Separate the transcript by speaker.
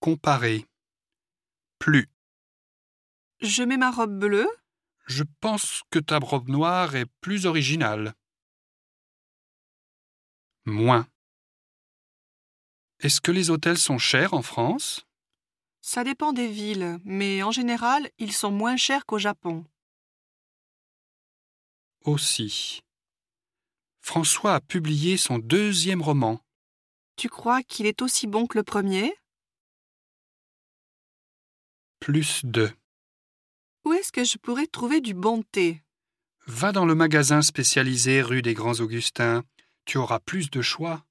Speaker 1: Comparer. Plus.
Speaker 2: Je mets ma robe bleue.
Speaker 1: Je pense que ta robe noire est plus originale. Moins. Est-ce que les hôtels sont chers en France
Speaker 2: Ça dépend des villes, mais en général, ils sont moins chers qu'au Japon.
Speaker 1: Aussi. François a publié son deuxième roman.
Speaker 2: Tu crois qu'il est aussi bon que le premier
Speaker 1: Plus de.
Speaker 2: Où est-ce que je pourrais trouver du bon thé
Speaker 1: Va dans le magasin spécialisé rue des Grands Augustins. Tu auras plus de choix.